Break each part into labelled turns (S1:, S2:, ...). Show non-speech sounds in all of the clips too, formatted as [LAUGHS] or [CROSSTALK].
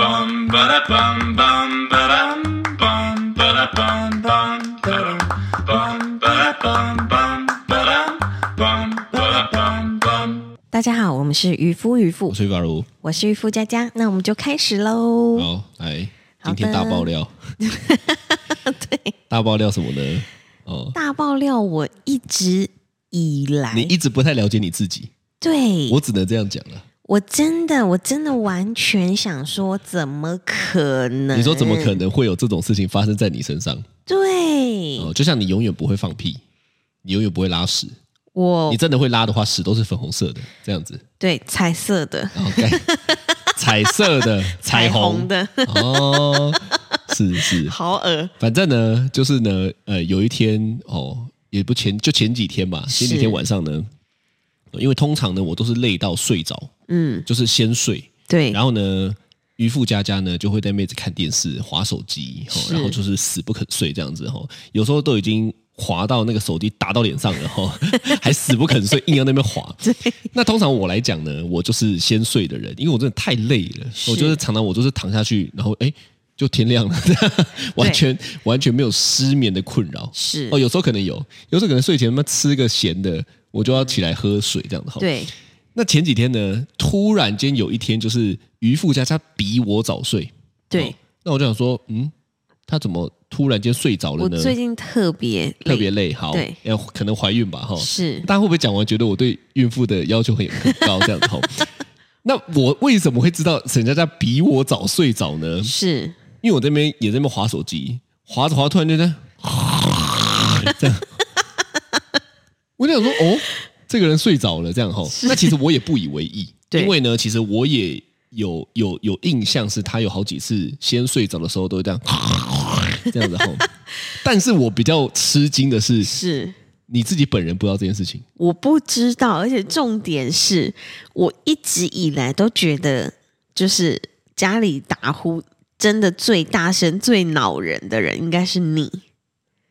S1: bum ba da bum bum ba dum bum ba da bum bum ba dum bum ba da bum bum ba dum bum ba da bum bum.
S2: 大家好，我们是渔夫渔妇
S3: 我，是 Varo，
S2: 我是渔夫佳佳，那我们就开始喽。
S3: 好，来，
S2: 好
S3: 今
S2: 的
S3: 天大爆料，
S2: 对，
S3: 大爆料什么呢？哦，
S2: 大爆料，我一直以来
S3: 你一直不太了解你自己，
S2: 对
S3: 我只能这样讲了。
S2: 我真的我真的完全想说，怎么可能？
S3: 你说怎么可？能会有这种事情发生在你身上？
S2: 对，
S3: 哦，就像你永远不会放屁，你永远不会拉屎，
S2: 我
S3: 你真的会拉的话，屎都是粉红色的，这样子。
S2: 对彩色的、
S3: 然 [LAUGHS] 后该彩色的、彩虹
S2: 的，
S3: 哦，是是，
S2: 好恶
S3: 反正呢，就是呢，呃，有一天哦，也不前就前几天吧，
S2: 是
S3: 前几天晚上呢，因为通常呢，我都是累到睡着，
S2: 嗯，
S3: 就是先睡，
S2: 对，
S3: 然后呢，渔夫佳佳呢就会带妹子看电视、划手机、哦，
S2: 是
S3: 然后就是死不肯睡这样子哈、哦，有时候都已经。滑到那个手机打到脸上了哈、哦， [LAUGHS] 还死不肯睡，硬要那
S2: [LAUGHS]
S3: 边滑。那通常我来讲呢，我就是先睡的人，因为我真的太累了。
S2: 是
S3: 我就是常常我就是躺下去，然后哎就天亮了， [LAUGHS] 这样完全完全没有失眠的困扰。
S2: 是
S3: 哦，有时候可能有，有时候可能睡前他妈吃个咸的，我就要起来喝水这样的。哈。哦
S2: 对，
S3: 那前几天呢，突然间有一天，就是渔夫家他比我早睡，
S2: 对
S3: 哦那我就想说，嗯，他怎么突然间睡着了
S2: 我
S3: 呢？
S2: 最近特别累
S3: 特别累，哦好，
S2: 对
S3: 要可能怀孕吧，哈、
S2: 是
S3: 大家会不会讲完觉得我对孕妇的要求很很高这样子？哈，那我为什么会知道沈佳佳比我早睡着呢？
S2: 是，
S3: 因为我这边也在那边划手机，划着划着突然就在 [LAUGHS] 这样， [LAUGHS] 我就想说哦，这个人睡着了这样哈。那其实我也不以为意，
S2: 对
S3: 因为呢，其实我也有有有印象是他有好几次先睡着的时候都会这样 [LAUGHS] 这样子哈。但是我比较吃惊的是，
S2: 是
S3: 你自己本人不知道这件事情，
S2: 我不知道，而且重点是我一直以来都觉得，就是家里打呼真的最大声、最恼人的人应该是你。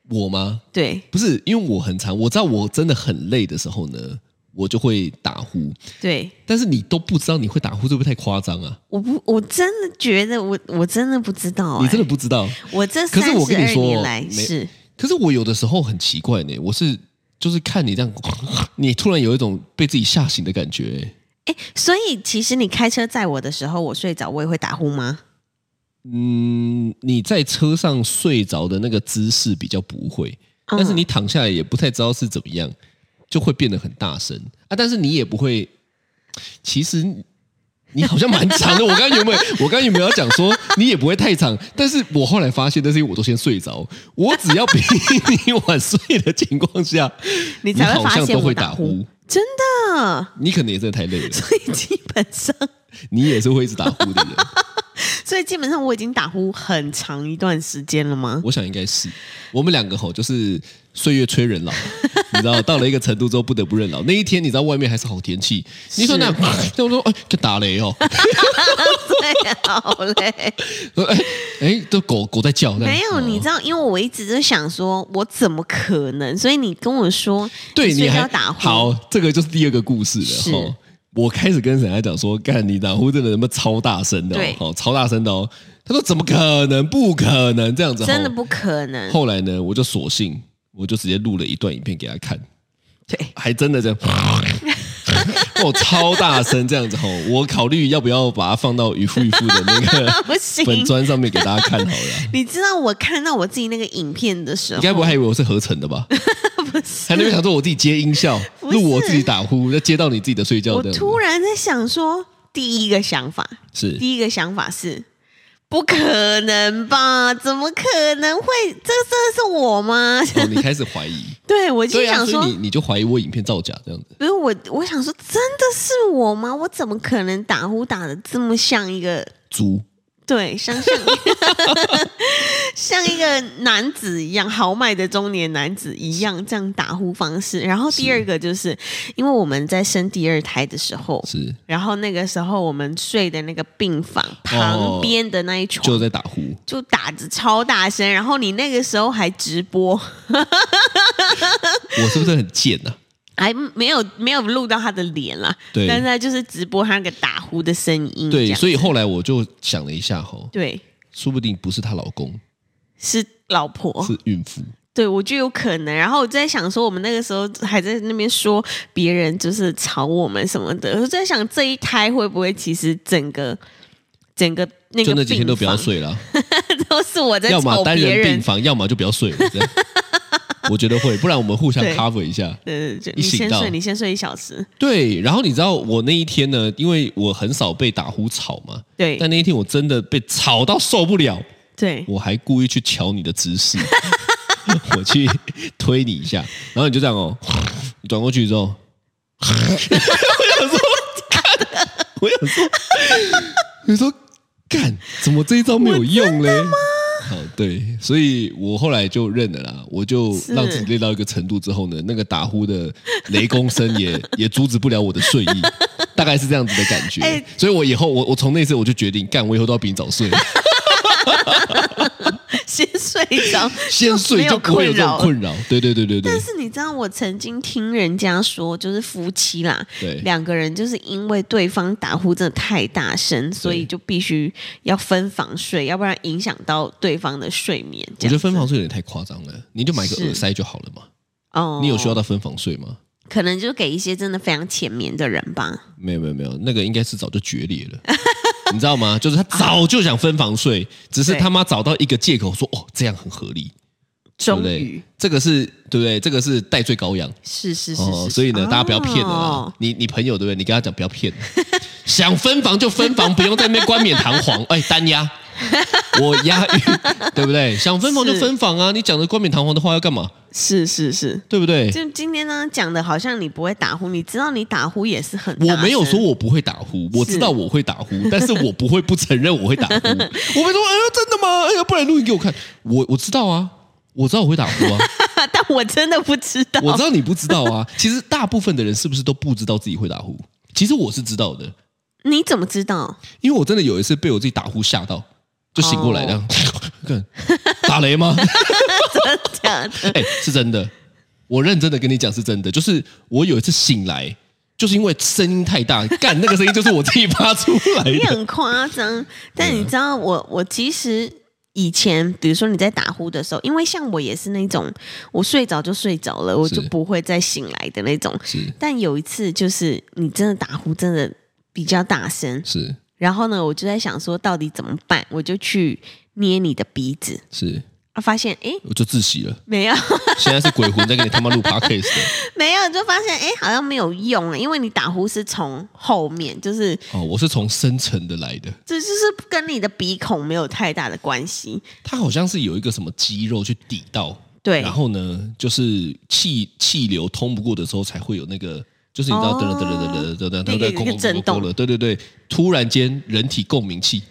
S3: 我吗？
S2: 对
S3: 不是，因为我很常，我知道我真的很累的时候呢，我就会打呼，
S2: 对，
S3: 但是你都不知道你会打呼，这会不会太夸张啊？
S2: 我不，我真的觉得我我真的不知道、哎
S3: 你真的不知道。
S2: 我这
S3: 可
S2: 三
S3: 是我
S2: 十
S3: 跟你
S2: 二
S3: 说
S2: 年来
S3: 没
S2: 是
S3: 可是我有的时候很奇怪呢，我是就是看你这样， [LAUGHS] 你突然有一种被自己吓醒的感觉。
S2: 哎，所以其实你开车载我的时候，我睡着，我也会打呼吗？
S3: 嗯，你在车上睡着的那个姿势比较不会，
S2: 嗯
S3: 但是你躺下来也不太知道是怎么样，就会变得很大声啊。但是你也不会，其实你好像蛮长
S2: [LAUGHS]
S3: 的。我刚刚有没有？我刚刚有没有要讲说你也不会太长？但是我后来发现，但是因为我都先睡着，我只要比你晚睡的情况下，
S2: [LAUGHS] 你
S3: 你
S2: 才会
S3: 好
S2: 发
S3: 像
S2: 现
S3: 都
S2: 我
S3: 会
S2: 打
S3: 打
S2: 呼
S3: 呼，
S2: 真的。 [LAUGHS]
S3: 你可能也真的太累了，
S2: 所以基本上，
S3: 你也是会一直打呼的人。
S2: 所以基本上我已经打呼很长一段时间了吗？ [LAUGHS]
S3: 我想应该是我们两个吼，就是岁月催人老，你知道，到了一个程度之后不得不认老。那一天你知道外面还是好天气，你说那，那我说哎，就打雷哦， [LAUGHS]
S2: 对，啊好嘞。
S3: 说哎哎，都狗狗在叫，这样
S2: 没有，
S3: 哦
S2: 你知道，因为我一直就想说，我怎么可能？所以你跟我说，
S3: 对，
S2: 你
S3: 你
S2: 睡
S3: 还
S2: 觉打呼，
S3: 好，这个就是第二个故事
S2: 是
S3: 了哈。我开始跟沈佳讲说，干你打呼真的他妈超大声的
S2: 对
S3: 哦，哦，超大声的哦。他说怎么可能？不可能这样子，
S2: 真的
S3: 哦
S2: 不可能。
S3: 后来呢，我就索性我就直接录了一段影片给他看，
S2: [LAUGHS] 对，
S3: 还真的这样， [LAUGHS] 哦，超大声这样子吼、我考虑要不要把它放到渔夫渔夫的那
S2: [LAUGHS] 不
S3: 个
S2: 行
S3: 粉砖上面给大家看
S2: [LAUGHS]
S3: 好了。
S2: 你知道我看到我自己那个影片的时
S3: 你该
S2: 候，
S3: 不会还以为我是合成
S2: [LAUGHS]
S3: 的吧？还那边想说我自己接音效，
S2: 不是
S3: 录我自己打呼，再接到你自己的睡觉
S2: 我
S3: 这样子。
S2: 突然在想说，第一个想法，[LAUGHS]
S3: 是
S2: 第一个想法是。不可能吧？怎么可能会？这这是我吗？
S3: 哦，你开始怀疑，
S2: [LAUGHS] 对我就
S3: 对啊，
S2: 想说，
S3: 所以你你就怀疑我影片造假这样子。
S2: 不是我，我想说，真的是我吗？我怎么可能打呼打的这么像一个
S3: 猪，
S2: 对，像像 [LAUGHS] 像一个男子一样豪迈的中年男子一样这样打呼方式？然后第二个就是因为我们在生第二胎的时候，
S3: 是
S2: 然后那个时候我们睡的那个病房旁边的那一床。
S3: 哦就在打呼。
S2: 就打着超大声，然后你那个时候还直播，
S3: 我是不是很贱呐、啊
S2: 还没有没有录到他的脸啦，
S3: 对
S2: 但是他就是直播他那个打呼的声音这样，
S3: 对，所以后来我就想了一下，吼，
S2: 对
S3: 说不定不是她老公，
S2: 是老婆，
S3: 是孕妇。
S2: 对我就有可能。然后我在想说，我们那个时候还在那边说别人就是吵我们什么的，我在想这一胎会不会其实整个整个那个
S3: 就那几天都不
S2: 病
S3: 要
S2: 房，
S3: 睡了，
S2: [LAUGHS] 都是我在
S3: 要么
S2: 吵
S3: 单
S2: 别
S3: 人病
S2: 人。
S3: 房，要么就不要睡了。这样
S2: [LAUGHS]
S3: 我觉得会，不然我们互相
S2: 对
S3: cover 一下。
S2: 对对对，
S3: 一
S2: 你
S3: 醒
S2: 先
S3: 到
S2: 睡，你先睡一小时。
S3: 对，然后你知道我那一天呢，因为我很少被打呼吵嘛，
S2: 对
S3: 但那一天我真的被吵到受不了，
S2: 对，
S3: 我还故意去瞧你的姿势， [LAUGHS] 我去推你一下，然后你就这样哦，你转过去之后，我想说，干我想说，你说干，怎么这一招没有用嘞？好，对，所以我后来就认了啦，我就是让自己累到一个程度之后呢，那个打呼的雷公声也 [LAUGHS] 也阻止不了我的睡意，大概是这样子的感觉。
S2: 哎
S3: 所以我以后我我从那次我就决定，干，我以后都要比你早睡。
S2: 先睡
S3: [LAUGHS]
S2: 着，
S3: 先睡就不会有这种
S2: 没有困扰。
S3: 困扰。对对对对对
S2: 但，是你知道，我曾经听人家说，就是夫妻啦，
S3: 对
S2: 两个人就是因为对方打呼真的太大声，所以就必须要分房睡，要不然影响到对方的睡眠。
S3: 我
S2: 这
S3: 觉
S2: 样
S3: 得分房睡有点太夸张了，你就买个耳塞就好了嘛。
S2: 哦，
S3: 你有需要？到分房睡吗？
S2: 可能就给一些真的非常浅眠的人吧。
S3: 没有没有没有，那个应该是早就决裂了，你知道吗？就是他早就想分房睡，只是
S2: 对
S3: 他妈找到一个借口说哦这样很合理，对
S2: 终
S3: 不
S2: 于
S3: 对，？这个是对不对？这个是戴罪羔羊。
S2: 是是是
S3: 哦，
S2: 是，
S3: 所以呢，
S2: 是
S3: 大家不要骗啊了啦
S2: 哦。
S3: 你你朋友对不对？你跟他讲不要骗，想分房就分房，不用在那边冠冕堂
S2: [LAUGHS]
S3: 皇。哎，单押，我押韵，对不对？想分房就分房啊！你讲的冠冕堂皇的话要干嘛？
S2: 是是是。
S3: 对不对？
S2: 就今天呢讲的，好像你不会打呼，你知道你打呼也是很大
S3: 我没有
S2: 声
S3: 说我不会打呼，我知道我会打呼，但是我不会不承认我会打
S2: [LAUGHS]
S3: 呼。我没说，哎呀，真的吗？哎呀，不然录影给我看。我我知道啊，我知道我会打呼啊，
S2: [LAUGHS] [LAUGHS] 但我真的不知道。
S3: 我知道你不知道啊。其实大部分的人是不是都不知道自己会打呼？其实我是知道的，
S2: 你怎么知道？
S3: 因为我真的有一次被我自己打呼吓到，就醒过来
S2: 哦
S3: 这样， [LAUGHS] 看、打雷吗？ [LAUGHS]
S2: 真的假的？
S3: 哎、是真的，我认真的跟你讲是真的，就是我有一次醒来，就是因为声音太大，干那个声音就是我自己发出来
S2: [LAUGHS] 你
S3: 的，啊
S2: 很夸张，但你知道我，我其实以前，比如说你在打呼的时候，因为像我也是那种，我睡着就睡着了，我
S3: 是
S2: 就不会再醒来的那种。
S3: 是
S2: 但有一次，就是你真的打呼，真的比较大声，
S3: 是
S2: 然后呢，我就在想说到底怎么办，我就去捏你的鼻子，
S3: 是，
S2: 啊，发现诶
S3: 我就窒息了。
S2: 没有， [LAUGHS]
S3: 现在是鬼魂在给你他妈录 [LAUGHS] podcast，的
S2: 没有，就发现诶好像没有用，因为你打呼是从后面，就是
S3: 哦，我是从深层的来的，
S2: 这就是跟你的鼻孔没有太大的关系。
S3: 它好像是有一个什么肌肉去抵到，
S2: 对，
S3: 然后呢，就是气气流通不过的时候，才会有那个，就是你知道，
S2: 哦
S3: 噔噔噔噔噔噔噔
S2: 那
S3: 噔
S2: 个
S3: 噔，
S2: 有一个震动
S3: 了，对对对，突然间人体共
S2: [LAUGHS]
S3: 鸣器，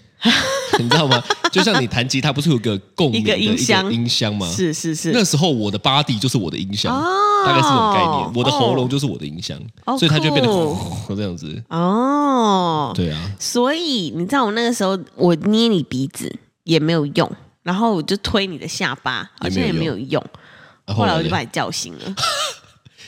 S3: 你知道吗？就像你弹吉他，不是有个共鸣的
S2: 一个音箱
S3: 一个音箱吗？
S2: 是是是，
S3: 那时候我的 body 就是我的音箱，
S2: 哦
S3: 大概是这种概念，我的喉咙
S2: 哦
S3: 就是我的音箱，
S2: 哦
S3: 所以它就变得
S2: 酷
S3: 呼这样子。
S2: 哦，
S3: 对啊，
S2: 所以你知道我那个时候我捏你鼻子也没有用，然后我就推你的下巴，好像
S3: 也
S2: 也
S3: 没
S2: 没
S3: 有
S2: 有用，
S3: 然
S2: 后来我
S3: 呢
S2: 就把你叫醒
S3: [LAUGHS]
S2: 了。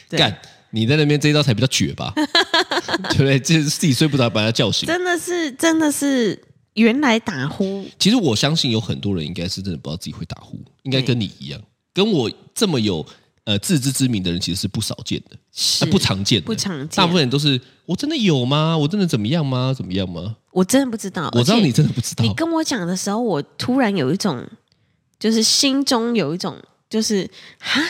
S2: 对
S3: 干，你在那边这一招才比较绝吧？ [LAUGHS] 对不对？这自己睡不着，把他叫醒。
S2: 真的是，真的是，原来打呼
S3: 其实我相信有很多人应该是真的不知道自己会打呼，应该跟
S2: 嗯
S3: 你一样，跟我这么有呃自知之明的人其实是不少见的，
S2: 是
S3: 呃不常见的，
S2: 不常见
S3: 大部分人都是我真的有吗？我真的怎么样吗？怎么样吗？
S2: 我真的不知道。
S3: 我知道
S2: 而且
S3: 你真的不知道
S2: 你，跟我讲的时候，我突然有一种，就是心中有一种，就是哈，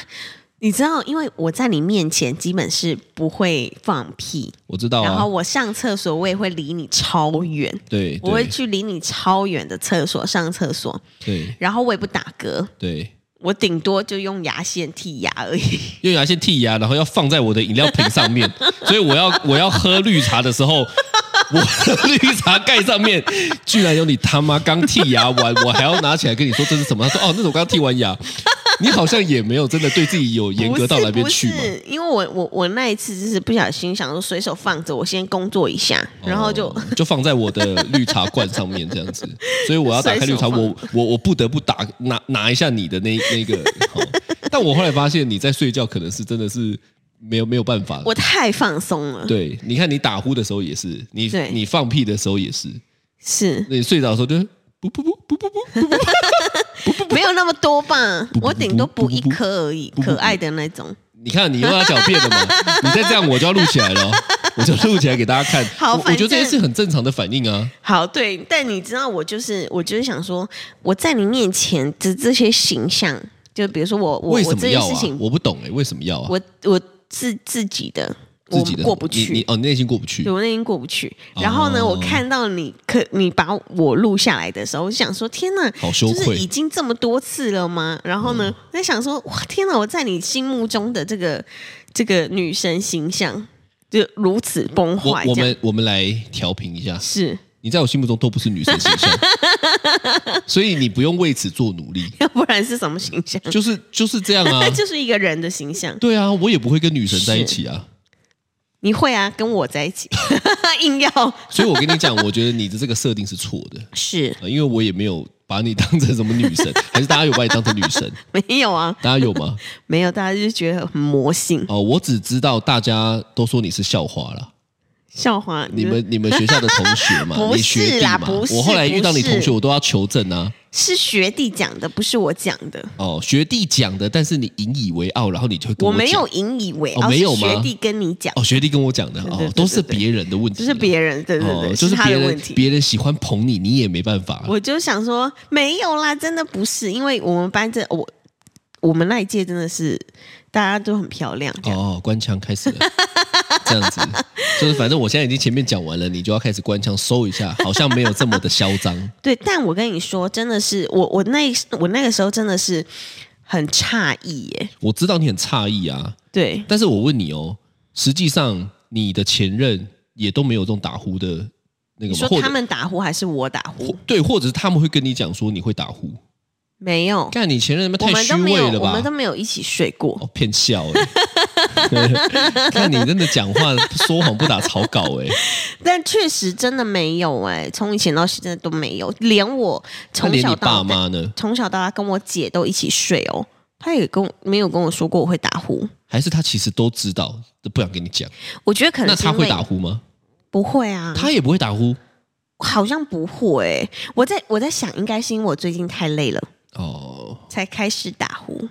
S2: 你知道，因为我在你面前基本是不会放屁，
S3: 我知道
S2: 然后
S3: 啊，
S2: 我上厕所我也会离你超远，
S3: 哎对，
S2: 我会
S3: 对，
S2: 去离你超远的厕所上厕所，
S3: 对，
S2: 然后我也不打嗝，
S3: 对，
S2: 我顶多就用牙线剔牙而已。
S3: 用牙线剔牙，然后要放在我的饮料瓶
S2: [LAUGHS]
S3: 上面，所以我要我要喝绿茶的时候， [LAUGHS] 我的绿茶盖上面居然有你他妈刚剔牙完，我还要拿起来跟你说这是什么？他说哦，那是我刚剔完牙。你好像也没有真的对自己有 [LAUGHS] 严格到哪边去嘛
S2: 不？是，不是因为我我我那一次就是不小心想说随手放着，我先工作一下，然后就、
S3: 哦就放在我的绿茶罐上面这样子，所以我要打开绿茶，
S2: [LAUGHS] 随手放
S3: 我我我不得不打拿拿一下你的那那个、哦。但我后来发现你在睡觉，可能是真的是没有没有办
S2: [LAUGHS]
S3: 法。
S2: 我太放松了，
S3: 对，你看你打呼的时候也是，你
S2: 对
S3: 你放屁的时候也是，
S2: 是
S3: 那你睡着的时候就不不不不不不不不
S2: 没有那么多吧
S3: 不，不
S2: 我顶多
S3: 不不
S2: 补
S3: 不
S2: 一颗而已，
S3: 不不
S2: 可爱的那种。
S3: 你看，你又要狡辩
S2: [LAUGHS]
S3: 了嘛？你再这样，我就要录起来了哦，我就录起来给大家看。
S2: [LAUGHS] 好
S3: 我我
S2: 反
S3: 觉得这
S2: 正
S3: 些是很正常的反应啊。
S2: 好，对，但你知道，我就是我就是想说，我在你面前的这些形象，就比如说我我、
S3: 为
S2: 我
S3: 什
S2: 这
S3: 么
S2: 件
S3: 要
S2: 事
S3: 啊
S2: 情？，
S3: 我不懂哎、为什么要啊？
S2: 我我自自己的，
S3: 自己的
S2: 我过不
S3: 你你
S2: 去，
S3: 哦，内心过不去
S2: 对。我内心过不去。然后呢，
S3: 哦
S2: 我看到你可你把我录下来的时候，我就想说，天哪，
S3: 好羞愧嗯
S2: 就是已经这么多次了吗？然后呢，我在想说，哇，天哪，我在你心目中的这个这个女神形象就如此崩
S3: 我
S2: 坏，
S3: 我
S2: 这样
S3: 们我们来调频一下，
S2: 是
S3: 你在我心目中都不是女神形
S2: [LAUGHS]
S3: 象，所以你不用为此做努力，
S2: 要不然是什么形象？。
S3: 就是就是这样啊
S2: [LAUGHS] 就是一个人的形象。
S3: 对啊，我也不会跟女神在一起啊。
S2: 你会啊，跟我在一起， [LAUGHS] 硬要
S3: 所以我跟你讲，我觉得你的这个设定是错的，
S2: 是
S3: 呃因为我也没有把你当成什么女神， [LAUGHS] 还是大家有把你当成女神？
S2: 没有啊，
S3: 大家有吗？
S2: 没有，大家就觉得很魔性。
S3: 哦，我只知道大家都说你是校花啦，
S2: 笑话，
S3: 你
S2: 就
S3: 们你们学校的同
S2: [LAUGHS]
S3: 学嘛，
S2: 嗯不
S3: 你学
S2: 是
S3: 弟
S2: 啦
S3: 嘛，
S2: 不是
S3: 我后来遇到你
S2: 不是
S3: 同学，我都要求证啊。
S2: 是学弟讲的，不是我讲的。
S3: 哦，学弟讲的，但是你引以为傲，然后你就会跟
S2: 我
S3: 讲
S2: 没有引以为傲，
S3: 哦没有
S2: 是
S3: 吗
S2: 学弟跟你讲，
S3: 哦，学弟跟我讲的
S2: 对对
S3: 哦
S2: 对，
S3: 都是
S2: 对对
S3: 别人的问题
S2: 这
S3: 啦，
S2: 是别人，对对
S3: 哦
S2: 对，
S3: 就是
S2: 他
S3: 别
S2: 的问
S3: 人
S2: 题。
S3: 别人喜欢捧你，你也没办法。
S2: 我就想说，没有啦，真的不是，因为我们班这我我们那一届真的是大家都很漂亮，这样、
S3: 哦，官腔开始了， [LAUGHS] 这样子就是反正我现在已经前面讲完了，你就要开始官腔收一下，好像没有这么的嚣张。 [LAUGHS]
S2: 对。但我跟你说，真的是我我那我那个时候真的是很诧异耶，
S3: 我知道你很诧异啊，
S2: 对，
S3: 但是我问你哦，实际上你的前任也都没有这种打呼的那
S2: 你
S3: 个吗？
S2: 说
S3: 或
S2: 他
S3: 者
S2: 们打呼还是我打
S3: 或
S2: 呼？
S3: 对，或者是他们会跟你讲说你会打呼，
S2: 没有，
S3: 干你前任他
S2: 我
S3: 妈太
S2: 们
S3: 虚
S2: 都没
S3: 伪
S2: 有，
S3: 了
S2: 我们都
S3: 吧？
S2: 没有一起睡过。
S3: 哦，骗笑哎、 [LAUGHS] 看你真的讲话说谎不打草稿哎、
S2: 但确实真的没有哎、从以前到现在都没有，连我
S3: 那
S2: 从
S3: 连
S2: 小
S3: 你
S2: 到
S3: 爸
S2: 大，
S3: 妈呢？
S2: 从小到大跟我姐都一起睡哦，她也跟我没有跟我说过我会打呼。
S3: 还是他其实都知道，都不想跟你讲？
S2: 我觉得可
S3: 那
S2: 能是
S3: 他
S2: 因
S3: 会
S2: 为
S3: 打呼吗？
S2: 不会啊，
S3: 他也不会打呼
S2: 好像不会欸、我在我在想，应该是因为我最近太累了，
S3: 哦。
S2: 才开始打呼。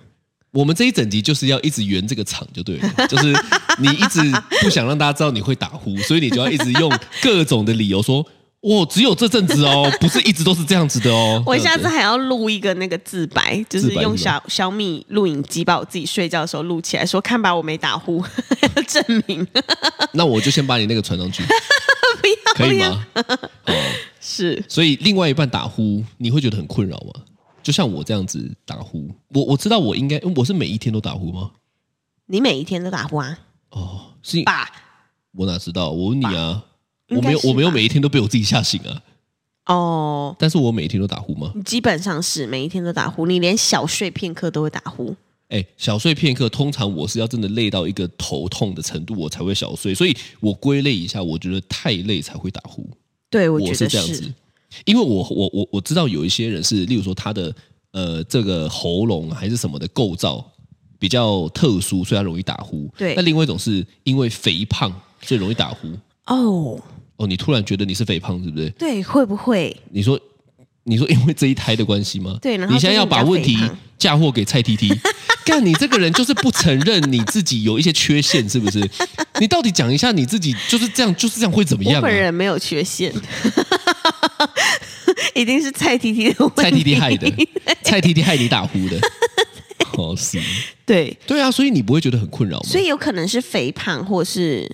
S3: 我们这一整集就是要一直圆这个场，就
S2: [LAUGHS]
S3: 对了，就是你一直不想让大家知道你会打呼，所以你就要一直用各种的理由说，我、只有这阵
S2: [LAUGHS]
S3: 子哦，不是一直都是这样子的哦。
S2: 我
S3: 这样
S2: 下
S3: 子
S2: 次还要录一个那个自白，就是
S3: 自白
S2: 用
S3: 是什
S2: 小小米录影机把我自己睡觉的时候录起来，说看吧，我没打呼， [LAUGHS] 证明
S3: 那我就先把你那个传
S2: [LAUGHS]
S3: 上去，可以吗？哦
S2: 是
S3: 所以另外一半打呼，你会觉得很困扰吗？就像我这样子打呼，我我知道我应该，我是每一天都打呼吗？
S2: 你每一天都打呼啊？
S3: 哦，是你
S2: 吧？
S3: 我哪知道？我问你啊，
S2: 应
S3: 我
S2: 该
S3: 没有
S2: 是吧
S3: 我没有每一天都被我自己吓醒啊，
S2: 哦，
S3: 但是我每一天都打呼吗？
S2: 你基本上是每一天都打呼，你连小睡片刻都会打呼。
S3: 哎，小睡片刻，通常我是要真的累到一个头痛的程度，我才会小睡。所以我归类一下，我觉得太累才会打呼，
S2: 对，我
S3: 我
S2: 觉
S3: 是
S2: 得
S3: 这样子。因为我我我我知道有一些人是，例如说他的呃这个喉咙还是什么的构造比较特殊，所以他容易打呼。
S2: 对
S3: 那另外一种是因为肥胖，所以容易打呼。
S2: 哦。
S3: 哦，你突然觉得你是肥胖，是不是？
S2: 对，会不会？
S3: 你说你说因为这一胎的关系吗？
S2: 对然后
S3: 你现在要把问
S2: 就
S3: 题
S2: 是你比较肥胖
S3: 嫁祸给蔡 T [LAUGHS] T，干你这个人就是不承认你自己有一些缺陷，是
S2: [LAUGHS]
S3: 不是？你到底讲一下你自己就是这样，就是这样会怎么
S2: 我
S3: 样、啊
S2: 本？人没有缺陷， [LAUGHS] 一定是蔡 T T 的问题。
S3: 蔡 T T 害的，蔡 T T 害你打
S2: [LAUGHS]
S3: 呼的。哦，是，
S2: 对，
S3: 对啊，所以你不会觉得很困扰吗？
S2: 所以有可能是肥胖或是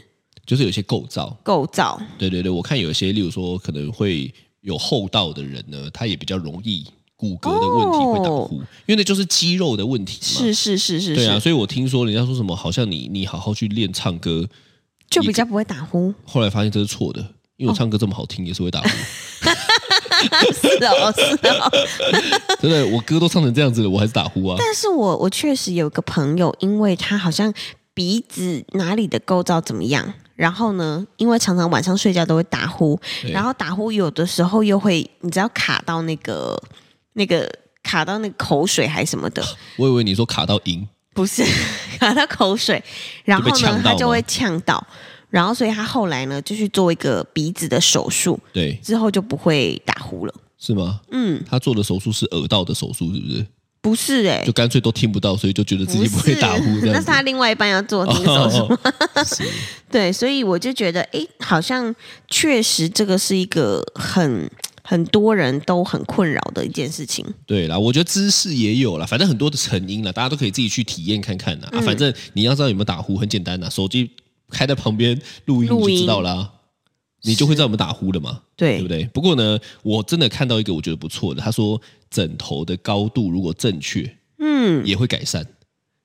S3: 就是有些构造，
S2: 构造。
S3: 对对对，我看有一些，例如说可能会有后道的人呢，他也比较容易骨骼的问题会打呼，
S2: 哦
S3: 因为那就是肌肉的问题嘛。
S2: 是是是是
S3: 对
S2: 是，
S3: 啊，所以我听说人家说什么，好像你你好好去练唱歌，
S2: 就比较哦不会打呼。 [LAUGHS]
S3: 后来发现这是错的，因为我唱歌这么好听，也是会打呼。 [LAUGHS]
S2: 是哦，是哦。
S3: 真的，我歌都唱成这样子了，我还是打呼啊。
S2: 但是我我确实有个朋友，因为他好像鼻子哪里的构造怎么样，然后呢，因为常常晚上睡觉都会打呼，
S3: 对
S2: 然后打呼有的时候又会，你知道卡到那个
S3: 哦
S2: 那个卡到那个口水还什么的，
S3: 我以为你说卡到音，
S2: 不是 [LAUGHS] 卡到口水，然后
S3: 就被呛
S2: 呢
S3: 到，
S2: 他就
S3: 吗
S2: 会呛到，然后所以他后来呢就去做一个鼻子的手术，
S3: 对，
S2: 之后就不会打呼了。
S3: 是吗？
S2: 嗯，
S3: 他做的手术是耳道的手术，是不是？
S2: 不是哎、
S3: 就干脆都听不到，所以就觉得自己不会
S2: 是
S3: 打呼这
S2: [LAUGHS] 那
S3: 样
S2: 是
S3: 子。
S2: 他另外一半要做
S3: [LAUGHS]
S2: 那个手术。
S3: 哦是
S2: 对，所以我就觉得，诶，好像确实这个是一个很很多人都很困扰的一件事情。
S3: 对啦，我觉得姿势也有啦，反正很多的成因啦，大家都可以自己去体验看看啦。
S2: 嗯
S3: 啊，反正你要知道有没有打呼，很简单啦，手机开在旁边录音你
S2: 录
S3: 就
S2: 音
S3: 知道啦，你就会知道有没有打呼了嘛，对
S2: 对
S3: 不对？不过呢，我真的看到一个我觉得不错的，他说枕头的高度如果正确，
S2: 嗯，
S3: 也会改善。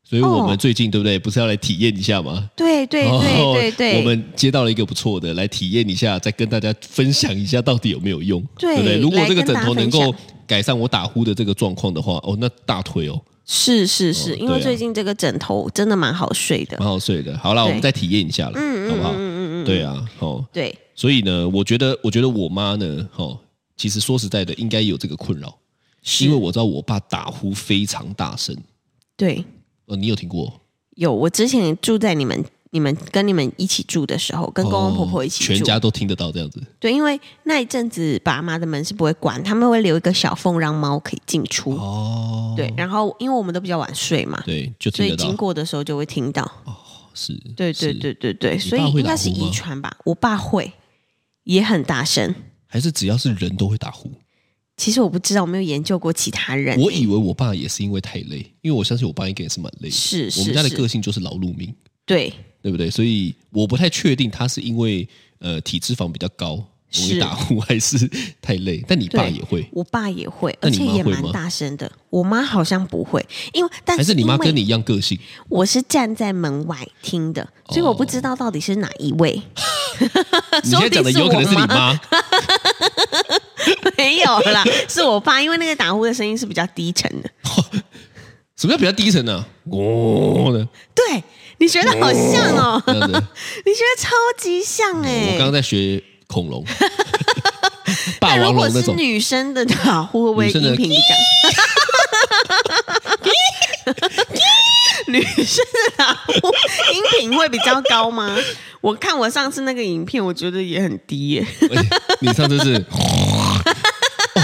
S3: 所以我
S2: 哦
S3: 们最近、对不对？不是要来体验一下吗？
S2: 对对
S3: 哦
S2: 对对对，
S3: 我们接到了一个不错的，来体验一下，再跟大家分享一下到底有没有用，
S2: 对
S3: 不对？如果
S2: 来
S3: 这个
S2: 跟
S3: 枕
S2: 大家
S3: 头能
S2: 分享
S3: 够改善我打呼的这个状况的话，哦，那大腿哦，
S2: 是是是、
S3: 哦
S2: 因为
S3: 对啊
S2: 最近这个枕头真的蛮好睡的。
S3: 蛮好睡的。好啦，我们
S2: 对
S3: 再体验一下了，
S2: 嗯嗯
S3: 好
S2: 嗯
S3: 不好？
S2: 嗯嗯嗯，
S3: 对啊，哦，
S2: 对，
S3: 所以呢，我觉得，我觉得我妈呢，哦，其实说实在的，应该有这个困扰，
S2: 是
S3: 因为我知道我爸打呼非常大声，
S2: 对
S3: 呃，你有听过？
S2: 有。我之前住在你们。你们跟你们一起住的时候，跟公公婆婆一起
S3: 哦
S2: 住，
S3: 全家都听得到这样子。
S2: 对，因为那一阵子爸妈的门是不会关，他们会留一个小缝让猫可以进出。
S3: 哦，
S2: 对，然后因为我们都比较晚睡嘛，
S3: 对，就
S2: 所
S3: 听
S2: 以
S3: 得
S2: 经
S3: 到，
S2: 过的时候就会听到。
S3: 是，
S2: 对对
S3: 是
S2: 对对对，所以
S3: 爸会
S2: 应
S3: 打
S2: 该是
S3: 呼吗
S2: 遗传吧。我爸会，也很大声。
S3: 还是只要是人都会打呼。
S2: 其实我不知道，我没有研究过其他人。欸
S3: 我以为我爸也是因为太累，因为我相信我爸应该也是蛮累的。
S2: 是
S3: 我
S2: 是
S3: 们家的个
S2: 是，
S3: 性就是劳碌命，
S2: 对，
S3: 对不对？所以我不太确定他是因为呃体脂肪比较高容易
S2: 是
S3: 打呼，还是太累。但你爸
S2: 对
S3: 也会，
S2: 我爸也会，
S3: 那
S2: 而
S3: 你
S2: 且
S3: 妈
S2: 也
S3: 会
S2: 蛮
S3: 吗
S2: 大声的。我妈好像不会，因为但
S3: 还是你妈
S2: 因为
S3: 跟你一样个性？
S2: 我是站在门外听的，所以我
S3: 哦
S2: 不知道到底是哪一位。 [LAUGHS]
S3: 你现在讲的有可能是你妈，
S2: 没有啦，是我爸，因为那个打呼的声音是比较低沉的。
S3: [LAUGHS] 什么叫比较低沉呢、哦的
S2: 对，你觉得好像哦，
S3: 这样子。
S2: 你觉得超级像 [LAUGHS]
S3: 我
S2: 哎、
S3: 刚刚在学
S2: [LAUGHS]
S3: 恐龙，霸
S2: 但如
S3: 王
S2: 果
S3: 龙那
S2: 是
S3: 种。
S2: 女生的打呼，会不会
S3: 女生的
S2: 音频
S3: [LAUGHS]
S2: 比较？女生的打呼音频会比较高吗？我看我上次那个影片，我觉得也很低耶、
S3: 而且哎你上次是， [LAUGHS] 哦，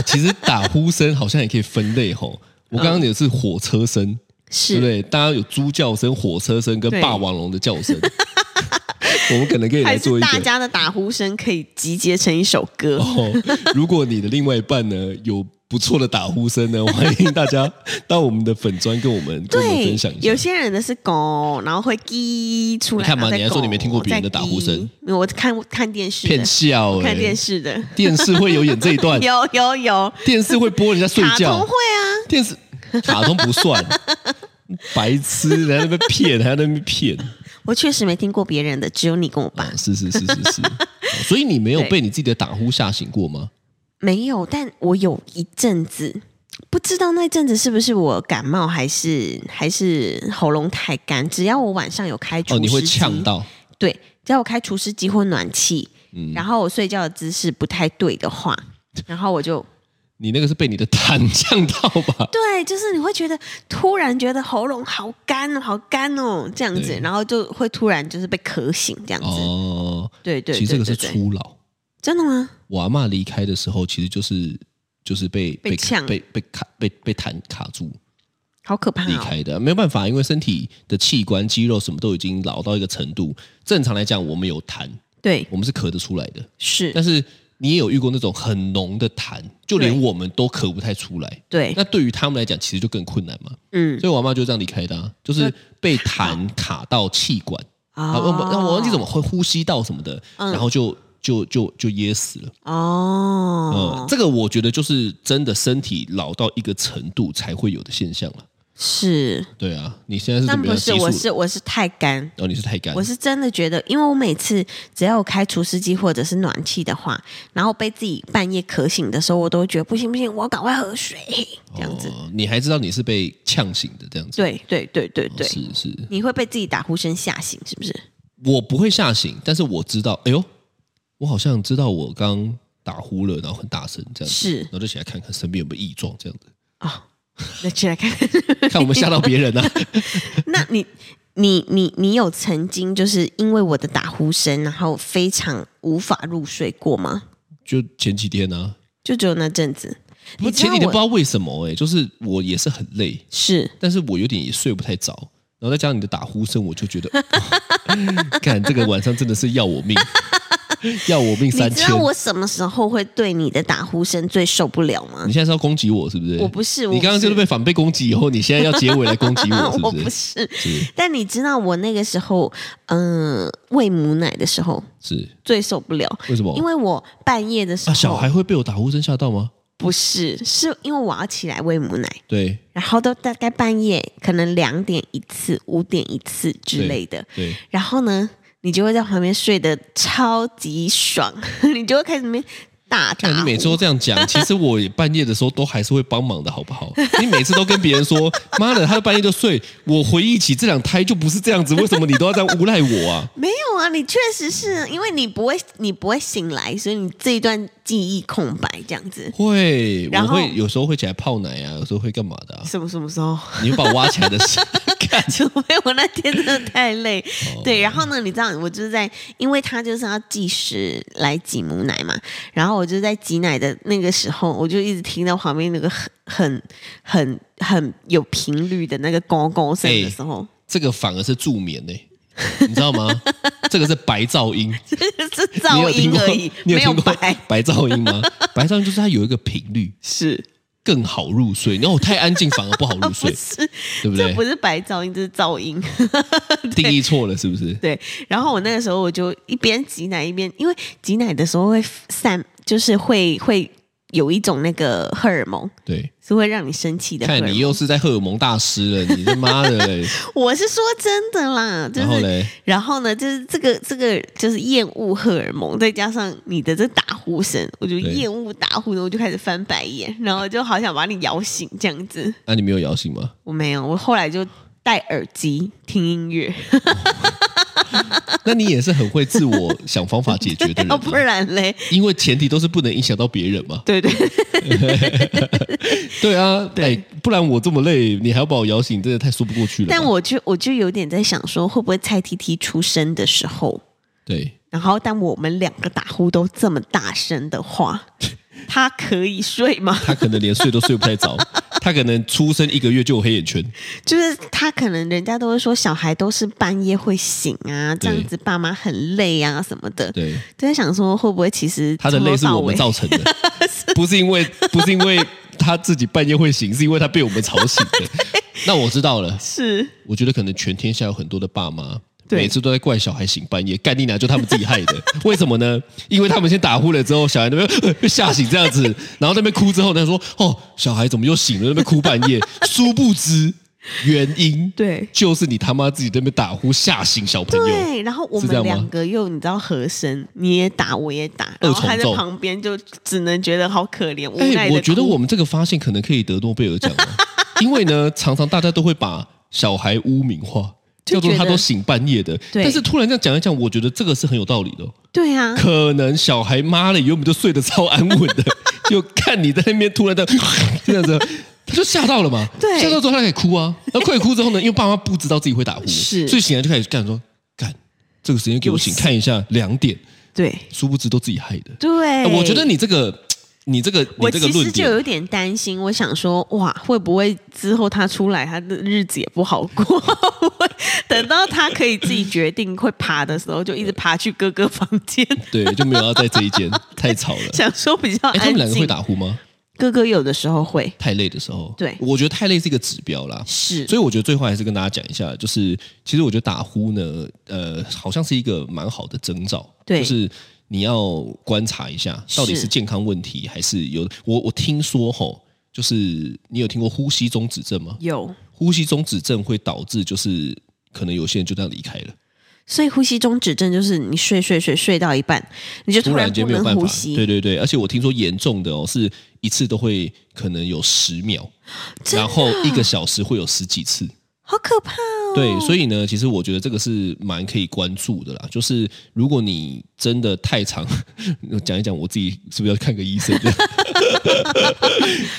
S3: 其实打呼声好像也可以分类吼。我刚刚也是火车声，对不
S2: 嗯是，
S3: 对？大家有猪叫声、火车声跟
S2: 对
S3: 霸王龙的叫声， [LAUGHS] 我们可能可以来
S2: 还
S3: 做
S2: 是
S3: 一
S2: 大
S3: 个。
S2: 家的打呼声可以集结成一首歌？
S3: 哦，如果你的另外一半呢有不错的打呼声呢，欢迎大家到我们的粉砖跟我们跟我们
S2: 对
S3: 分享一，下
S2: 有。些人的是狗，然后会滴出来。
S3: 你看嘛
S2: 然后再
S3: 你还说
S2: 狗
S3: 你没听过别人的打呼声
S2: 再滴？没有我看看电视的，
S3: 骗笑
S2: 我
S3: 哎、
S2: 看电视的，
S3: 电视会有演这一
S2: [LAUGHS]
S3: 段，
S2: 有有有，
S3: 电视会播人家睡
S2: 卡
S3: 觉
S2: 通，会啊，
S3: 电视卡通不算，白痴，还在那边骗，还在那边骗。
S2: 我确实没听过别人的，只有你跟我爸、
S3: 啊，是是是是
S2: [LAUGHS]
S3: 是。哦所以你没有
S2: 对
S3: 被你自己的打呼吓醒过吗？
S2: 没有。但我有一阵子，不知道那阵子是不是我感冒，还是还是喉咙太干。只要我晚上有开除
S3: 哦，
S2: 湿机，
S3: 你会呛到，嗯
S2: 对，只要我开除湿机或暖气，然后我睡觉的姿势不太对的
S3: [LAUGHS]
S2: 话，然后我就
S3: 你那个是被你的痰呛到
S2: [LAUGHS]
S3: 吧？
S2: 对，就是你会觉得突然觉得喉咙好干哦，好干哦，这样子
S3: 对，
S2: 然后就会突然就是被咳醒这样子。
S3: 哦，
S2: 对对，
S3: 其实这个是
S2: 对对对
S3: 初老。
S2: 真的吗？
S3: 我阿嬷离开的时候，其实就是就是被
S2: 被呛
S3: 被被卡被被痰卡住
S2: 好可怕
S3: 离
S2: 哦！
S3: 开的，没有办法，因为身体的器官、肌肉什么都已经老到一个程度。正常来讲，我们有痰，
S2: 对，
S3: 我们是咳得出来的，
S2: 是，
S3: 但是你也有遇过那种很浓的痰，就连
S2: 对
S3: 我们都咳不太出来。
S2: 对，
S3: 那对于他们来讲，其实就更困难嘛。
S2: 嗯，
S3: 所以我妈就这样离开的、啊，就是被痰卡到气管，啊，我
S2: 哦，
S3: 我忘记怎么会呼吸道什么的，
S2: 嗯
S3: 然后就就就就噎死了。嗯
S2: 哦，，
S3: 这个我觉得就是真的身体老到一个程度才会有的现象了。
S2: 是，
S3: 对啊，你现在是怎
S2: 但
S3: 么
S2: 不
S3: 样？
S2: 是，
S3: 激素
S2: 我是我是太干，
S3: 哦，你是太干
S2: 我，是真的觉得，因为我每次只要我开除湿机或者是暖气的话，然后被自己半夜咳醒的时候，我都会觉得不行不行，我要赶快喝水，这样子。
S3: 哦，你还知道你是被呛醒的这样子？
S2: 对对对对对，
S3: 哦是是，
S2: 你会被自己打呼声吓醒，是不是？
S3: 我不会吓醒，但是我知道，哎呦，我好像知道我刚打呼了，然后很大声这样子，
S2: 是
S3: 然后就起来看看身边有没有异状这样子。 [LAUGHS]
S2: 哦，那起来看， [LAUGHS]
S3: 看我们吓到别人啊！
S2: 那你你你你有曾经就是因为我的打呼声，然后非常无法入睡过吗？
S3: 就前几天呢、
S2: 就只有那阵子，
S3: 啊，
S2: 知
S3: 不
S2: 道
S3: 前几天
S2: 我
S3: 不知道为什么哎、就是我也是很累，
S2: 是
S3: 但是我有点也睡不太着，然后再加上你的打呼声，我就觉得， [LAUGHS] 看这个晚上真的是要我命， [LAUGHS] 要我命
S2: 你
S3: 三
S2: 知
S3: 千
S2: 道。我什么时候会对你的打呼声最受不了吗
S3: 你？现在是要攻击我是不是？
S2: 我不是我
S3: 你刚刚
S2: 不是
S3: 就是
S2: [LAUGHS]
S3: 被反被攻击以后，你现在要结尾来攻击我是
S2: 我
S3: 不
S2: 不
S3: 是？
S2: 是，
S3: 是
S2: 但你知道我那个时候，嗯、喂母奶的时候
S3: 是，
S2: 最受不了，
S3: 为什么？
S2: 因为我半夜的时
S3: 啊，
S2: 候，
S3: 小孩会被我打呼声吓到吗？
S2: 不是，是因为我要起来喂母奶，
S3: 对
S2: 然后都大概半夜可能两点一次、五点一次之类的，
S3: 对，
S2: 然后呢，你就会在旁边睡得超级爽， [LAUGHS] 你就会开始那边大打
S3: 看你每
S2: 呼
S3: 次都这样讲，其实我半夜的时候都还是会帮忙的，好不好？你每次都跟别人说，妈的，他都半夜就睡。我回忆起这两胎就不是这样子，为什么你都要这样诬赖我啊？
S2: 没有啊，你确实是因为你不会，你不会醒来，所以你这一段记忆空白这样子。
S3: 会，
S2: 然
S3: 我
S2: 后
S3: 会有时候会起来泡奶啊，有时候会干嘛的、啊？
S2: 什么什么时候？
S3: 你就把我挖起来的 [LAUGHS] 事，看
S2: [LAUGHS] 除非我那天真的太累，对。然后呢，你知道，我就是在，因为他就是要计时来挤母奶嘛，然后我就在挤奶的那个时候，我就一直听到旁边那个很很很很有频率的那个高高声的时候，
S3: 这个反而是助眠呢、你知道吗？这个是白噪音，
S2: 这个 [LAUGHS] 是
S3: 你
S2: 噪
S3: 有听
S2: 音
S3: 过
S2: 而已？，
S3: 你
S2: 没
S3: 有
S2: 哎有
S3: 听过
S2: 白
S3: [LAUGHS] 白噪
S2: [LAUGHS]
S3: 音吗？白噪音就是它有一个频率
S2: 是。
S3: 更好入睡，然后我太安静反而不好
S2: [LAUGHS]
S3: 入
S2: 哦不 [LAUGHS]
S3: 睡，
S2: 是，
S3: 对不
S2: 这
S3: 对
S2: 不？是白噪音，这是噪音。
S3: 定义错了是不是？
S2: [LAUGHS] 对，然后我那个时候我就一边挤奶一边，因为挤奶的时候会散，就是会会有一种那个荷尔蒙
S3: 对，
S2: 是会让你生气的荷尔
S3: 看
S2: 蒙。
S3: 你又是在荷尔蒙大师了，
S2: [LAUGHS]
S3: 你他妈的嘞！
S2: 我是说真的啦，就
S3: 然后
S2: 是
S3: 嘞，
S2: 然后呢，就是这个这个就是厌恶荷尔蒙，再加上你的这打呼声，我就
S3: 对
S2: 厌恶打呼声，我就开始翻白眼，然后就好想把你摇醒这样子。
S3: 那、你没有摇醒吗？
S2: 我没有，我后来就戴耳机听音乐，
S3: 那你也是很会自我想方法解决
S2: [LAUGHS]
S3: 的人
S2: 要哦
S3: 啊，
S2: 不然嘞，
S3: 因为前提都是不能影响到别人嘛。
S2: 对对对
S3: 对啊，对、不然我这么累，你还要把我摇醒，真的太说不过去了吧。
S2: 但我就我就有点在想说，会不会蔡 T T 出生的时候，
S3: 对
S2: 然后当我们两个打呼都这么大声的
S3: [LAUGHS]
S2: 话，他可以睡吗？
S3: 他可能连睡都睡不
S2: [LAUGHS]
S3: 太着，他可能出生一个月就有黑眼圈。
S2: 就是他可能人家都会说小孩都是半夜会醒啊，这
S3: 对
S2: 样子爸妈很累啊什么的，
S3: 对，
S2: 就在想说会不会其实
S3: 他的
S2: 从头
S3: 累是
S2: 到
S3: 我
S2: 尾
S3: 们造成的，
S2: [LAUGHS]
S3: 不是因为不是因为他自己半夜会醒，是因为他被我们吵醒
S2: [LAUGHS]
S3: 的。那我知道了，
S2: 是
S3: 我觉得可能全天下有很多的爸妈，
S2: 对
S3: 每次都在怪小孩醒半夜，干你娘就他们自己害的。为什么呢？因为他们先打呼了之后，小孩那边、呃被吓醒这样子，然后那边哭之后呢，说哦，小孩怎么又醒了？那边哭半夜，殊不知原因
S2: 对
S3: 就是你他妈自己在那边打呼吓醒小朋友。
S2: 对，然后我
S3: 是这
S2: 们
S3: 样吗
S2: 两个又你知道和声，你也打我也打，然后他在
S3: 重奏
S2: 旁边就只能觉得好可怜，无奈
S3: 哎，
S2: 的
S3: 我觉得我们这个发现可能可以得诺贝尔奖
S2: [LAUGHS]
S3: 啊，因为呢，常常大家都会把小孩污名化。
S2: 就
S3: 叫做
S2: 觉
S3: 他
S2: 得
S3: 都醒半夜的，
S2: 对
S3: 但是突然这样讲一讲，我觉得这个是很有道理
S2: [LAUGHS]
S3: 的哦、
S2: 对啊，
S3: 可能小孩妈的原本就睡得超安稳
S2: [LAUGHS]
S3: 的，就看你在那边突然的这样 [LAUGHS] 子，他就吓到了嘛。
S2: 对
S3: 吓到之后他开始哭啊，然后开始哭之
S2: [LAUGHS]
S3: 后呢，因为爸妈不知道自己会打呼，
S2: 是
S3: 所以醒来就开始干说干，这个时间给我醒
S2: 有事
S3: 看一下两点，
S2: 对
S3: 殊不知都自己害的。
S2: 对、
S3: 我觉得。你这个。你这个
S2: 我
S3: 你这个
S2: 其实
S3: 论
S2: 就有
S3: 点，
S2: 点担心，我想说，哇，会不会之后他出来，他的日子也不好过？ [LAUGHS] 等到他可以自己决定会爬的时候，就一直爬去哥哥房间， [LAUGHS]
S3: 对，就没有要在这一间，太吵了。
S2: 想说比较
S3: 哎，他
S2: 安
S3: 们两个会
S2: 静。
S3: 打呼吗？
S2: 哥哥有的时候会
S3: 太累的时候，
S2: 对
S3: 我觉得太累是一个指标啦。
S2: 是，
S3: 所以我觉得最后还是跟大家讲一下，就是其实我觉得打呼呢，呃，好像是一个蛮好的征兆，
S2: 对
S3: 就是你要观察一下
S2: 是
S3: 到底是健康问题还是有我我听说吼，就是你有听过呼吸中止症吗？
S2: 有，
S3: 呼吸中止症会导致就是可能有些人就这样离开了，
S2: 所以呼吸中止症就是你睡睡睡睡到一半，你就
S3: 突然间
S2: 不
S3: 没
S2: 能
S3: 有办
S2: 呼
S3: 法，
S2: 吸，
S3: 对对对，而且我听说严重的哦，是一次都会可能有十秒，
S2: 真的啊
S3: 然后一个小时会有十几次。
S2: 好可怕哦。
S3: 对，所以呢，其实我觉得这个是蛮可以关注的啦。就是如果你真的太长， [LAUGHS] 我讲一讲我自己是不是要看个医生？这样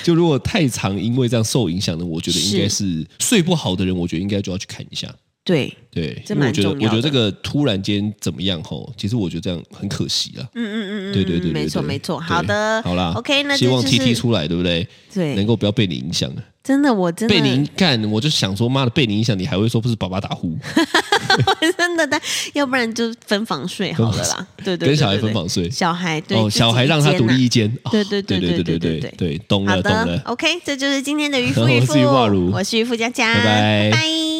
S3: [LAUGHS] 就如果太长因为这样受影响的，我觉得应该是睡不好的人，我觉得应该就要去看一下。
S2: 对，
S3: 对，
S2: 这
S3: 因为我
S2: 蛮
S3: 觉得，
S2: 重
S3: 我
S2: 要的
S3: 觉得这个突然间怎么样吼，其实我觉得这样很可惜啊。嗯嗯嗯，对对对，对
S2: 没错
S3: 对
S2: 没错
S3: 对
S2: 好的
S3: 好啦
S2: OK，那这
S3: 希望
S2: 就
S3: T T
S2: 是
S3: 出来，对不对？
S2: 对
S3: 能够不要被你影响，
S2: 真的我真的
S3: 被你干，我就想说，妈的，被你影响，你还会说不是爸爸打呼，
S2: [LAUGHS] 真的，但要不然就分房睡好了啦。对对对
S3: 跟小孩
S2: 对对
S3: 分房睡
S2: 小孩对
S3: 哦，小孩让他独立一。间，哦
S2: 对对
S3: 对
S2: 对对
S3: 对对
S2: 对
S3: 对
S2: 对
S3: 对
S2: 对
S3: 对，懂
S2: 自己一间呐好
S3: 了懂了
S2: 的。，OK，这就是今天的渔夫
S3: [LAUGHS] 我
S2: 渔
S3: 是
S2: 夫，
S3: 余化如
S2: 我是渔夫佳佳，
S3: 拜拜
S2: 拜拜